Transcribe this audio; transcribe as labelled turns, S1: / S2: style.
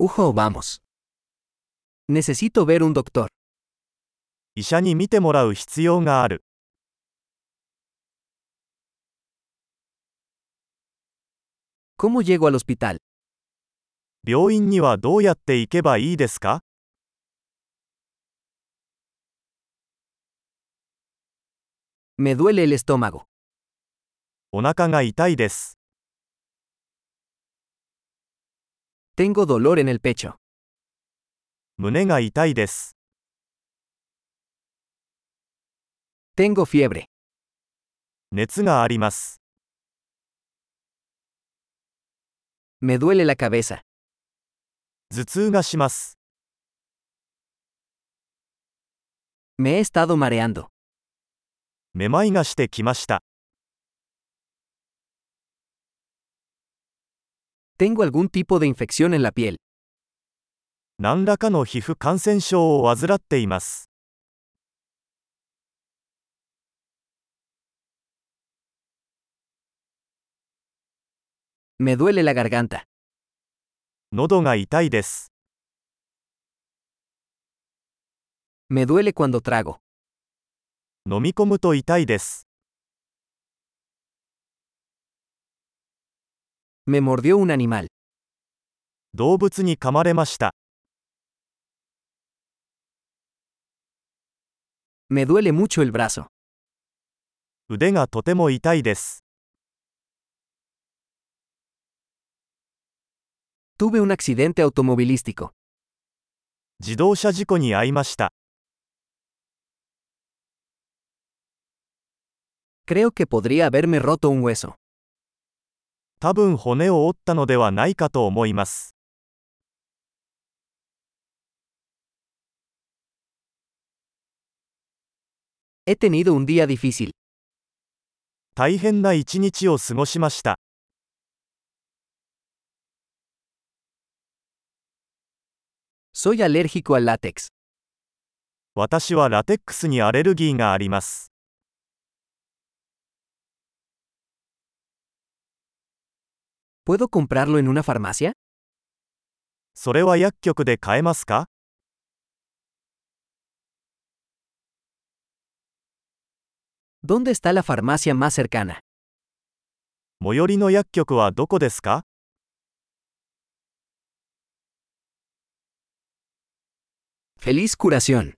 S1: Ujo, vamos. Necesito ver un doctor.
S2: 医者に診てもらう必要がある
S1: ¿Cómo llego al hospital?
S2: 病院にはどうやって行けばいいですか
S1: Me duele el estómago.
S2: お腹が痛いです
S1: Tengo dolor en el pecho.
S2: 胸が痛いです
S1: Tengo fiebre.
S2: 熱があります
S1: Me duele la cabeza.
S2: 頭痛がします
S1: Me he estado mareando.
S2: めまいがしてきました
S1: Tengo algún tipo de infección en la piel.
S2: 何らかの皮膚感染症を患っています
S1: Me duele la garganta.
S2: 喉が痛いです
S1: Me duele cuando trago.
S2: 飲み込むと痛いです
S1: Me mordió un animal.
S2: 動物に噛まれました
S1: Me duele mucho el brazo.
S2: 腕がとても痛いです
S1: Tuve un accidente automovilístico.
S2: 自動車事故に遭いました
S1: Creo que podría haberme roto un hueso.
S2: 多分骨を折ったのではないかと思います
S1: He tenido un día difícil.
S2: 大変な一日を過ごしました
S1: Soy alérgico al látex.
S2: 私はラテックスにアレルギーがあります
S1: ¿Puedo comprarlo en una farmacia?
S2: それは薬局で買えますか
S1: ¿Dónde está la farmacia más cercana?
S2: 最寄りの薬局はどこですか
S1: ¡Feliz curación!